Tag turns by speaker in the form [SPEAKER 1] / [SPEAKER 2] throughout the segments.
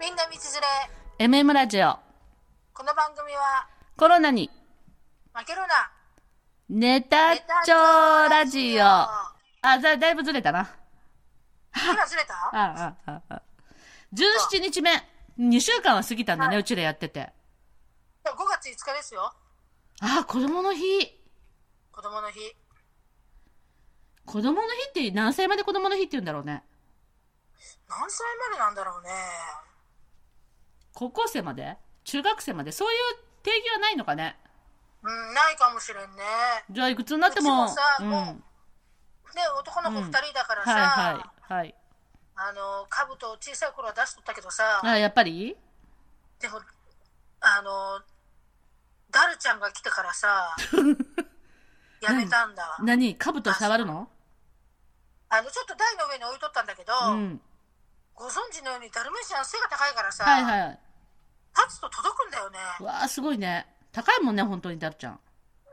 [SPEAKER 1] みんな道連れ
[SPEAKER 2] MM ラジオ
[SPEAKER 1] この番組は
[SPEAKER 2] コロナに
[SPEAKER 1] 負けるな
[SPEAKER 2] ネタ帳ラジオあだだいぶずれたな
[SPEAKER 1] 今ずれた
[SPEAKER 2] あああああ17日目2週間は過ぎたんだね、
[SPEAKER 1] はいう
[SPEAKER 2] ちらやってて
[SPEAKER 1] 5月5日ですよ
[SPEAKER 2] あ子供の日
[SPEAKER 1] 子供の日
[SPEAKER 2] 子供の日って何歳まで子供の日って言うんだろうね
[SPEAKER 1] 何歳までなんだろうね
[SPEAKER 2] 高校生まで中学生までそういう定義はないのかね
[SPEAKER 1] うんないかもしれんね
[SPEAKER 2] じゃあいくつになっても
[SPEAKER 1] うちもさ
[SPEAKER 2] うん
[SPEAKER 1] もで男の子
[SPEAKER 2] うん
[SPEAKER 1] 2人だからさ、
[SPEAKER 2] はいはいはい
[SPEAKER 1] あの兜を小さい頃は出しとったけどさ
[SPEAKER 2] あやっぱり
[SPEAKER 1] でもあのダルちゃんが来てから さやめたんだ
[SPEAKER 2] 何兜触るの
[SPEAKER 1] あのちょっと台の上に置いとったんだけど、
[SPEAKER 2] うん
[SPEAKER 1] ご存知のようにダルメシアン背が高いからさ、
[SPEAKER 2] はいはい
[SPEAKER 1] 立つと届くんだよね
[SPEAKER 2] わあすごいね高いもんね本当にダルちゃん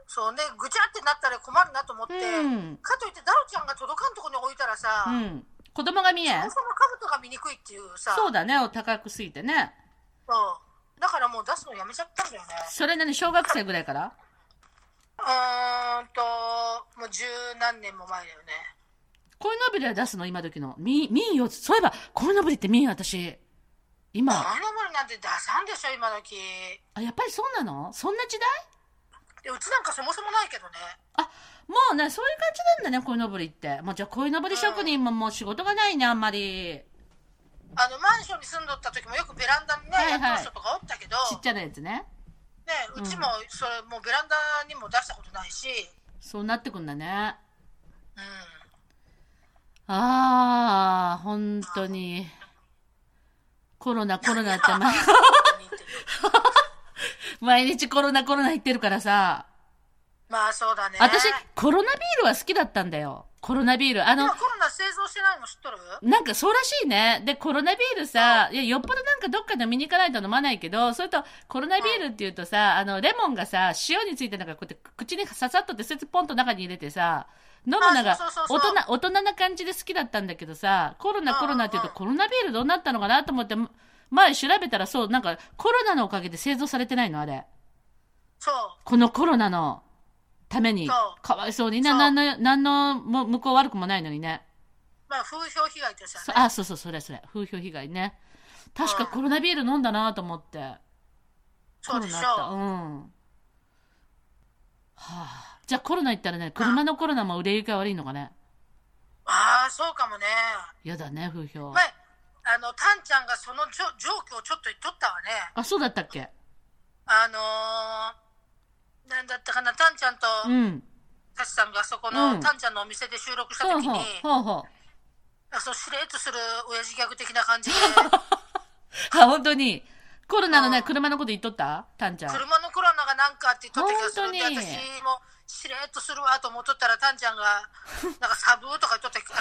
[SPEAKER 1] そうねぐちゃってなったら困るなと思って、
[SPEAKER 2] うん
[SPEAKER 1] かといってダルちゃんが届かんとこに置いたらさ、
[SPEAKER 2] う
[SPEAKER 1] そも
[SPEAKER 2] ん子供が見えん
[SPEAKER 1] そも兜が見にくいっていうさ
[SPEAKER 2] そうだねお高くすぎてね
[SPEAKER 1] そうだからもう出すのやめちゃったんだよね
[SPEAKER 2] それ何小学生ぐらいから
[SPEAKER 1] うーんともう十何年も前だよね
[SPEAKER 2] こいのぼりは出すの今時のみ民謡そういえばこいのぼりって民謡私今
[SPEAKER 1] あのぼりなんて出さんでしょ今時
[SPEAKER 2] あやっぱりそうなのそんな時代
[SPEAKER 1] でうちなんかそもそもないけどね
[SPEAKER 2] もうねそういう感じなんだねこいのぼりってもうじゃあこいのぼり職人ももう仕事がないねあんまり
[SPEAKER 1] あのマンションに住んどった時もよくベランダにね、
[SPEAKER 2] はいはい
[SPEAKER 1] やってる人とかおったけど
[SPEAKER 2] ちっちゃなやつね
[SPEAKER 1] ね、うちもそれもうベランダにも出したことないし、
[SPEAKER 2] そうなってくんだね
[SPEAKER 1] うん、
[SPEAKER 2] ああ本当にコロナコロナって毎毎日コロナコロナ言ってるからさ
[SPEAKER 1] まあそうだね
[SPEAKER 2] 私コロナビールは好きだったんだよコロナビールあの
[SPEAKER 1] 今コロナ製造してないの知っとる
[SPEAKER 2] なんかそうらしいね。で、コロナビールさ、いや、よっぽどなんかどっか飲みに行かないと飲まないけど、それと、コロナビールって言うとさ、あの、レモンがさ、塩についてなんかこうやって口に刺さっとって、そいつポンと中に入れてさ、飲むのが
[SPEAKER 1] あそうそうそ
[SPEAKER 2] 大
[SPEAKER 1] うそう
[SPEAKER 2] 人、大人な感じで好きだったんだけどさ、コロナ
[SPEAKER 1] うんうん
[SPEAKER 2] コロナって言うと、
[SPEAKER 1] うん
[SPEAKER 2] コロナビールどうなったのかなと思って、前調べたらそう、なんかコロナのおかげで製造されてないのあれ。
[SPEAKER 1] そう
[SPEAKER 2] このコロナのために。
[SPEAKER 1] そう
[SPEAKER 2] かわいそうにな、
[SPEAKER 1] そう
[SPEAKER 2] なんの、なんの、も、向こう悪くもないのにね。
[SPEAKER 1] まあ風評被害です
[SPEAKER 2] そ
[SPEAKER 1] よね
[SPEAKER 2] あそうそうそれそれ風評被害ね確か
[SPEAKER 1] うん
[SPEAKER 2] コロナビール飲んだなと思って
[SPEAKER 1] そ
[SPEAKER 2] コ
[SPEAKER 1] う
[SPEAKER 2] ロ
[SPEAKER 1] でしょ
[SPEAKER 2] ナあったうんはあじゃあコロナ行ったらね車のコロナも売れ行きが悪いのかね
[SPEAKER 1] ああそうかもね
[SPEAKER 2] やだね風評
[SPEAKER 1] 前あのタンちゃんがそのじょ状況をちょっと言っとったわね
[SPEAKER 2] あそうだったっけ
[SPEAKER 1] あのー、なんだったかなタンちゃんと
[SPEAKER 2] うん
[SPEAKER 1] タシさんがそこ
[SPEAKER 2] うん
[SPEAKER 1] のタンちゃんのお店で収録した
[SPEAKER 2] ほう
[SPEAKER 1] 時に、
[SPEAKER 2] ほうほうほう
[SPEAKER 1] あそうしれっとする親父ギャグ的な感 じで
[SPEAKER 2] あ本当にコロナの
[SPEAKER 1] う
[SPEAKER 2] ね
[SPEAKER 1] ん
[SPEAKER 2] 車のこと言っとったタンちゃん
[SPEAKER 1] 車のコロナがなんかって言っとった気がするんで
[SPEAKER 2] 本当に
[SPEAKER 1] 私もしれっとするわと思っとったらタンちゃん がなんかサブーとか言っとった気が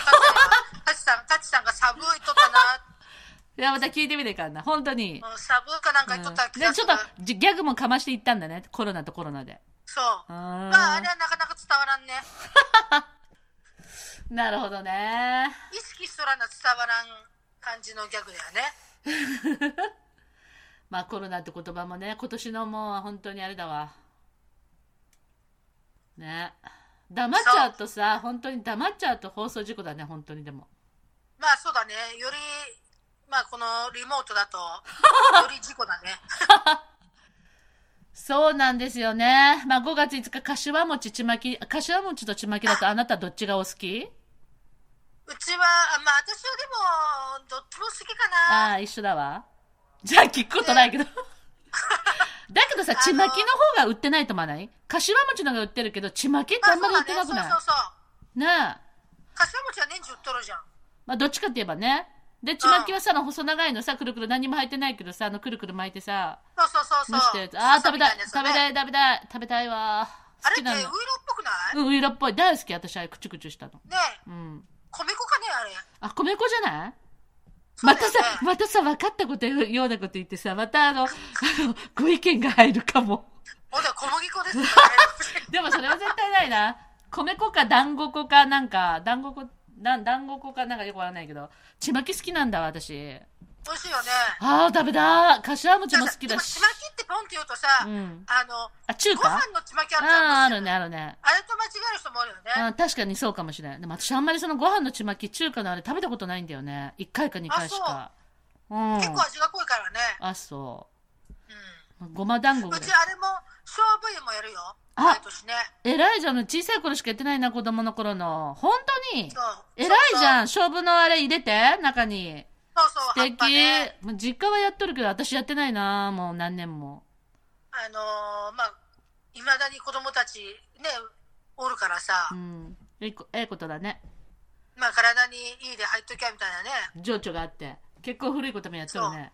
[SPEAKER 1] タチさんタチ さんがサブー言っとったな、
[SPEAKER 2] いやまた聞いてみてかんな本当に
[SPEAKER 1] うん、サブーかなんか
[SPEAKER 2] う
[SPEAKER 1] 言
[SPEAKER 2] ん
[SPEAKER 1] っ
[SPEAKER 2] で
[SPEAKER 1] とった気がす
[SPEAKER 2] ちょ
[SPEAKER 1] る、
[SPEAKER 2] っとじギャグもかましていったんだねコロナとコロナで
[SPEAKER 1] そう
[SPEAKER 2] うーん
[SPEAKER 1] まああれはなかなか伝わらんね
[SPEAKER 2] なるほどね
[SPEAKER 1] 意識すらな伝わらん感じのギャグだよね
[SPEAKER 2] まあコロナって言葉もね、今年のもう本当にあれだわ。ね。黙っちゃうとさ、本当に黙っちゃうと放送事故だね、本当にでも。
[SPEAKER 1] まあそうだねよりまあこのリモートだと より事故だね
[SPEAKER 2] そうなんですよね。まあ5月5日、柏餅、ちまき、柏餅とちまきだとあなたどっちがお好き
[SPEAKER 1] うちはあまあ私はでもどっちも好きかな
[SPEAKER 2] ああ、一緒だわ。じゃあ聞くことないけど。だけどさ、ちまきの方が売ってないと思わない柏餅の方が売ってるけど、ちまきってあんまり売ってなく
[SPEAKER 1] まあ
[SPEAKER 2] ない
[SPEAKER 1] そうだねそうそうそう
[SPEAKER 2] ねえ。
[SPEAKER 1] 柏餅は年中売っとるじゃん
[SPEAKER 2] まあ、どっちかって言えばね。で、ちまきはさ、あの、細長いのさ、くるくる何も入ってないけどさ、あの、くるくる巻いてさ、
[SPEAKER 1] そうそうそうそう
[SPEAKER 2] 蒸したやつ。あ
[SPEAKER 1] 笹
[SPEAKER 2] あ、食べ
[SPEAKER 1] み
[SPEAKER 2] たい
[SPEAKER 1] なやつ
[SPEAKER 2] 食べ
[SPEAKER 1] ね
[SPEAKER 2] たい食べたい食べたいわ。
[SPEAKER 1] あ
[SPEAKER 2] 好
[SPEAKER 1] れ
[SPEAKER 2] き
[SPEAKER 1] って
[SPEAKER 2] な
[SPEAKER 1] ウイロ
[SPEAKER 2] の
[SPEAKER 1] っ。ぽくない、
[SPEAKER 2] うん、ウイロっぽい。大好き、私、あれ、くちくちしたの。
[SPEAKER 1] ねえ
[SPEAKER 2] うん。
[SPEAKER 1] 米粉かねあれ
[SPEAKER 2] あ、米粉じゃない
[SPEAKER 1] そう
[SPEAKER 2] ま
[SPEAKER 1] だ
[SPEAKER 2] た
[SPEAKER 1] よ
[SPEAKER 2] さ
[SPEAKER 1] ね、
[SPEAKER 2] またさ、分かったこと言うようなこと言ってさ、またあの、あの、ご意見が入るかも。
[SPEAKER 1] ほんとは小麦粉ですよね
[SPEAKER 2] でもそれは絶対ないな。米粉か団子粉かなんか、団子粉、だ団子粉かなんかよくわからないけど、ちまき好きなんだわ、私。
[SPEAKER 1] 美味しいよね。
[SPEAKER 2] ああ、食べたい。かしわ餅も好きだし
[SPEAKER 1] でも。ちまきってポンって言うとさ、
[SPEAKER 2] うん。
[SPEAKER 1] あの、
[SPEAKER 2] あ、中
[SPEAKER 1] ご
[SPEAKER 2] 華あ
[SPEAKER 1] 飯のちまきあるじゃ
[SPEAKER 2] あー、あ
[SPEAKER 1] ん。
[SPEAKER 2] るね、あるね。
[SPEAKER 1] あれと間違える人もおるよね。
[SPEAKER 2] あ確かにそうかもしれない。でも私あんまりそのご飯のちまき、中華のあれ食べたことないんだよね。1回か2回しか。うん。
[SPEAKER 1] 結構味が濃いからね。
[SPEAKER 2] あ、そ
[SPEAKER 1] うん
[SPEAKER 2] う。ごま団子ぐ
[SPEAKER 1] う
[SPEAKER 2] らい
[SPEAKER 1] ち。あれも、勝負湯もやるよ。
[SPEAKER 2] あ
[SPEAKER 1] 毎年ね。
[SPEAKER 2] 偉いじゃん。小さい頃しかやってないな、子供の頃の。本当に
[SPEAKER 1] そう。
[SPEAKER 2] 偉いじゃん。勝負のあれ入れて、中に。
[SPEAKER 1] そうそう、
[SPEAKER 2] 素
[SPEAKER 1] 葉っぱ
[SPEAKER 2] 敵、
[SPEAKER 1] ね。
[SPEAKER 2] もう実家はやっとるけど、私やってないな、もう何年も。
[SPEAKER 1] あのー、まあ、いまだに子供たち、ね、おるからさ
[SPEAKER 2] う、ん。えいこええことだね。
[SPEAKER 1] まあ、体にいいで入っときゃみたいなね。
[SPEAKER 2] 情緒があって。結構古いこともやってるね。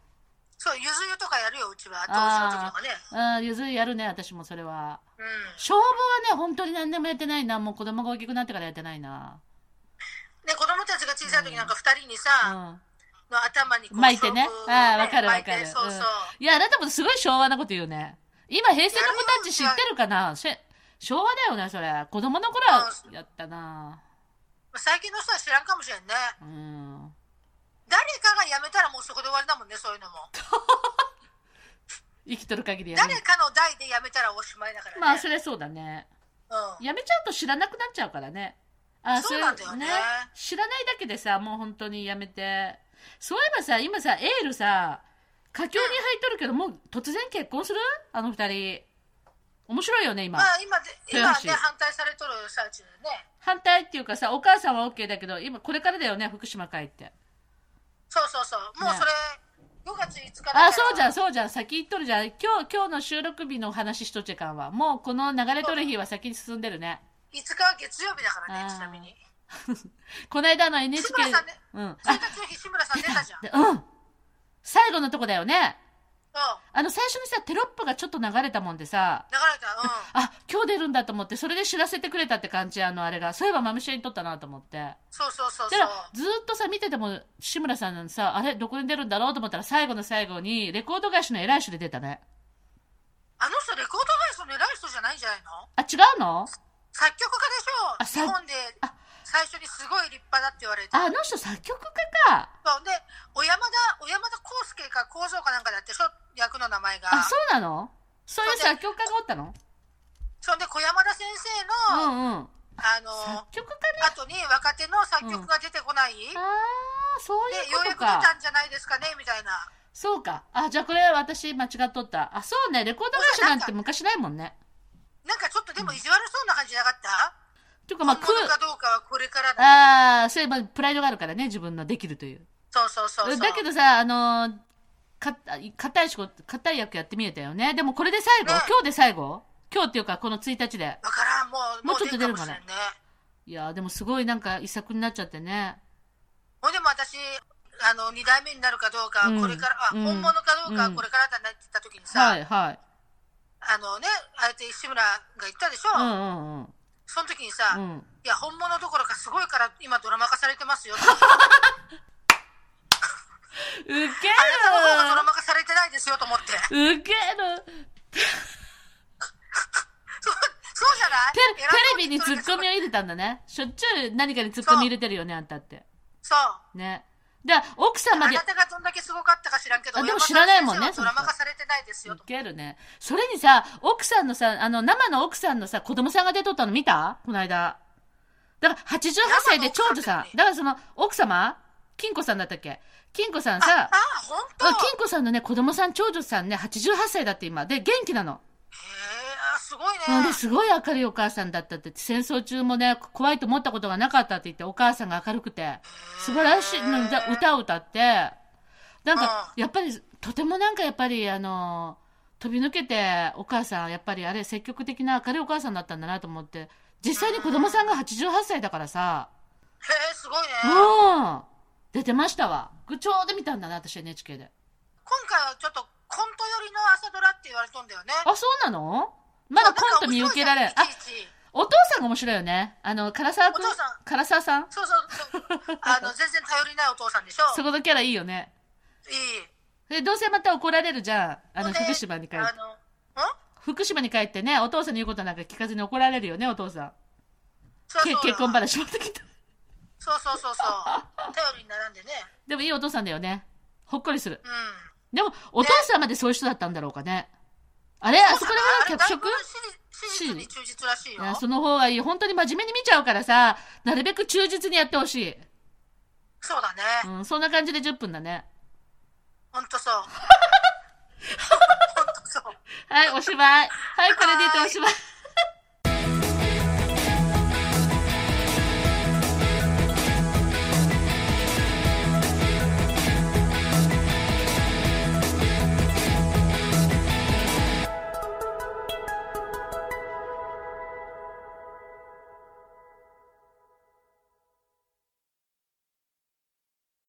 [SPEAKER 1] そう、ゆず湯とかやるよ、うちは。当時の時とかね。
[SPEAKER 2] ああ、ゆずいやるね、私もそれは。
[SPEAKER 1] うん。
[SPEAKER 2] 勝負はね、本当に何年もやってないな。もう子供が大きくなってからやってないな。
[SPEAKER 1] で、子供たちが小さい時なんか二人に
[SPEAKER 2] う
[SPEAKER 1] さ、
[SPEAKER 2] ん。
[SPEAKER 1] の頭にこう、
[SPEAKER 2] 巻いてね
[SPEAKER 1] 勝負を
[SPEAKER 2] ああわかるわかる
[SPEAKER 1] 巻いてそうそう。
[SPEAKER 2] いや、あなたもすごい昭和なこと言うね。今、平成の子たち知ってるかなし昭和だよね、それ。子供の頃はやったな。
[SPEAKER 1] 最近の人は知らんかもしれんね。
[SPEAKER 2] うん。
[SPEAKER 1] 誰かが辞めたらもうそこで終わりだもんね、そういうのも。
[SPEAKER 2] 生きとる限りやる
[SPEAKER 1] 誰。かの代で辞めたらおしまいだからね。
[SPEAKER 2] まあ、それそうだね。
[SPEAKER 1] うん。
[SPEAKER 2] やめちゃうと知らなくなっちゃうからね。あ
[SPEAKER 1] そうなんだよね
[SPEAKER 2] そう知らないだけでさ、もう本当にやめて。そういえばさ、今さ、エールさ、佳境に入っとるけど、もう突然結婚するあの二人。面白いよね、今
[SPEAKER 1] ま。あ今で、今
[SPEAKER 2] 豊橋
[SPEAKER 1] ね、反対されとる最中でね。
[SPEAKER 2] 反対っていうかさ、お母さんは OK だけど、今、これからだよね、福島帰って。
[SPEAKER 1] そうそうそう。もう
[SPEAKER 2] ね
[SPEAKER 1] それ、5月5日だから。
[SPEAKER 2] あ、そうじゃん、そうじゃん、先行っとるじゃん。今日、今日の収録日の話しとっちゃかんわ。もうこの流れとる日は先に進んでるね。
[SPEAKER 1] 5日は月曜日だから
[SPEAKER 2] あー
[SPEAKER 1] ね、ちなみに。
[SPEAKER 2] この間の NHK
[SPEAKER 1] 志村さんね、
[SPEAKER 2] うん。あ
[SPEAKER 1] 1日の日、志村さん出た じゃん。
[SPEAKER 2] でうん。最後のとこだよね。
[SPEAKER 1] そう。
[SPEAKER 2] あの、最初にさ、テロップがちょっと流れたもんでさ、
[SPEAKER 1] 流れた、うん。
[SPEAKER 2] あ、今日出るんだと思って、それで知らせてくれたって感じ、あの、あれが。そういえば、マムシェに撮ったなと思って。
[SPEAKER 1] そうそうそうそ
[SPEAKER 2] だ
[SPEAKER 1] う。
[SPEAKER 2] から、ずーっとさ、見てても、志村さんのさ、あれ、どこに出るんだろうと思ったら、最後の最後に、レコード会社の偉い人で出たね。
[SPEAKER 1] あの人、レコード会社の偉い人じゃないんじゃないの
[SPEAKER 2] あ、違うの
[SPEAKER 1] 作曲家で
[SPEAKER 2] あ
[SPEAKER 1] しょ
[SPEAKER 2] さ
[SPEAKER 1] 日本で
[SPEAKER 2] あ
[SPEAKER 1] 最初にすごい立派だって言われて。
[SPEAKER 2] あの人作曲家か。
[SPEAKER 1] そうで、小山田、小山田康介か構造かなんかだってしょ、役の名前が。
[SPEAKER 2] あ、そうなのそういう
[SPEAKER 1] そう
[SPEAKER 2] 作曲家がおったの
[SPEAKER 1] そんで、小山田先
[SPEAKER 2] う
[SPEAKER 1] 生の、
[SPEAKER 2] んうん。
[SPEAKER 1] あの
[SPEAKER 2] 作、曲家
[SPEAKER 1] 後に若手の作曲が出てこない、
[SPEAKER 2] あー、そう
[SPEAKER 1] で、
[SPEAKER 2] い
[SPEAKER 1] よう
[SPEAKER 2] う
[SPEAKER 1] や
[SPEAKER 2] こと
[SPEAKER 1] く出た
[SPEAKER 2] か。
[SPEAKER 1] んじゃないですかね、みたいな。
[SPEAKER 2] そうか。あ、じゃあこれ私間違っとった。あ、そうね。レコード会社なんて昔ないもんね。
[SPEAKER 1] なんかちょっとでも意地悪そうな感じじゃなかった、
[SPEAKER 2] ていうか、まあ、く
[SPEAKER 1] 本、物かどうかはこれからだ、ね。
[SPEAKER 2] ああ、そういえばプライドがあるからね、自分のできるという。
[SPEAKER 1] そうそうそうそう。
[SPEAKER 2] だけどさ、あのー、か、硬い仕事、硬い役やってみえたよね。でもこれで最後、
[SPEAKER 1] ね
[SPEAKER 2] 今日で最後今日っていうか、この1日で。
[SPEAKER 1] わからん、もう、
[SPEAKER 2] もうちょっと出るか
[SPEAKER 1] も
[SPEAKER 2] ね
[SPEAKER 1] しれんね。
[SPEAKER 2] いやー、でもすごいなんか一作になっちゃってね。
[SPEAKER 1] ほんでも私、あの、二代目になるかどうか、
[SPEAKER 2] うん
[SPEAKER 1] これから、あ、
[SPEAKER 2] うん
[SPEAKER 1] 本物かどうかはこれからだねって言った時にさ、
[SPEAKER 2] はい、はい。
[SPEAKER 1] あのね、あえて志村が言ったでしょ、
[SPEAKER 2] うんうんうん。
[SPEAKER 1] その時にさ、
[SPEAKER 2] うん。
[SPEAKER 1] いや、本物どころかすごいから今ドラマ化されて ますよって。
[SPEAKER 2] ウケる
[SPEAKER 1] あなたの方がドラマ化されてないですよと思って。
[SPEAKER 2] ウケる
[SPEAKER 1] そうそうじゃない
[SPEAKER 2] テレテレビにツッコミを
[SPEAKER 1] を。
[SPEAKER 2] 入れたんだね。しょっちゅう何かにツッコミ入れてるよね、あんたって。
[SPEAKER 1] そう。
[SPEAKER 2] ね。だから奥
[SPEAKER 1] あ
[SPEAKER 2] 様に
[SPEAKER 1] な、たがどんだけすごかったか知らんけど、
[SPEAKER 2] あで
[SPEAKER 1] 親
[SPEAKER 2] も
[SPEAKER 1] 御さ
[SPEAKER 2] 知らないもんね
[SPEAKER 1] 先生はドラマ化されてないですよ
[SPEAKER 2] ウ
[SPEAKER 1] と。
[SPEAKER 2] ケるね。それにさ、奥さんのさ、あの、生の奥さんのさ、子供さんが出とったの見たこの間。だから、88歳で長女さん。だからその、奥様金子さんだったっけ金子さん
[SPEAKER 1] ああ、
[SPEAKER 2] さ、、
[SPEAKER 1] 本当。へ
[SPEAKER 2] 金子さんのね、子供さん、長女さんね、88歳だって今。で、元気なの。
[SPEAKER 1] え、すごいね。
[SPEAKER 2] うんですごい明るいお母さんだったって戦争中もね怖いと思ったことがなかったって言ってお母さんが明るくて素晴らしいうんだ歌を歌ってなんかやっぱりとてもなんかやっぱりあの飛び抜けてお母さんやっぱりあれ積極的な明るいお母さんだったんだなと思って実際に子供さんが88歳だからさ
[SPEAKER 1] へえ、すごいね。今
[SPEAKER 2] うん出てましたわちょうど見たんだな私 NHK で
[SPEAKER 1] 回はちょっとコント寄りの朝ドラって言われとんだよね。
[SPEAKER 2] あそうなのまだコント見受けられ
[SPEAKER 1] あ
[SPEAKER 2] んあお父さんが面白いよねあの唐沢君
[SPEAKER 1] お父さ
[SPEAKER 2] 唐沢さん
[SPEAKER 1] そうそう そう。あの、全然頼りないお父さんでしょ。
[SPEAKER 2] そこのキャラいいよね。
[SPEAKER 1] いい。
[SPEAKER 2] で、どうせまた怒られるじゃん。あの、
[SPEAKER 1] ほんで
[SPEAKER 2] 福島に帰っ
[SPEAKER 1] あ
[SPEAKER 2] て。
[SPEAKER 1] の、ん
[SPEAKER 2] 福島に帰ってね、お父さんの言うことなんか聞かずに怒られるよね、お父さん。
[SPEAKER 1] そうそう
[SPEAKER 2] け
[SPEAKER 1] よ
[SPEAKER 2] 結婚話持ってきた。
[SPEAKER 1] そうそうそうそう。頼りにならんでね。
[SPEAKER 2] でもいいお父さんだよね。微ほっこりする。
[SPEAKER 1] うん。
[SPEAKER 2] でも、お父さんまでそういう人だったんだろうかね。あれあそこら辺は脚色
[SPEAKER 1] あれだいぶ史実に忠実らしいよ。
[SPEAKER 2] いやその方がいい。本当に真面目に見ちゃうからさ、なるべく忠実にやってほしい。
[SPEAKER 1] そうだね。
[SPEAKER 2] うん、そんな感じで10分だね。
[SPEAKER 1] ほんとそう。ほんとそう。
[SPEAKER 2] はい、おしまい。はい、これでいておしまい。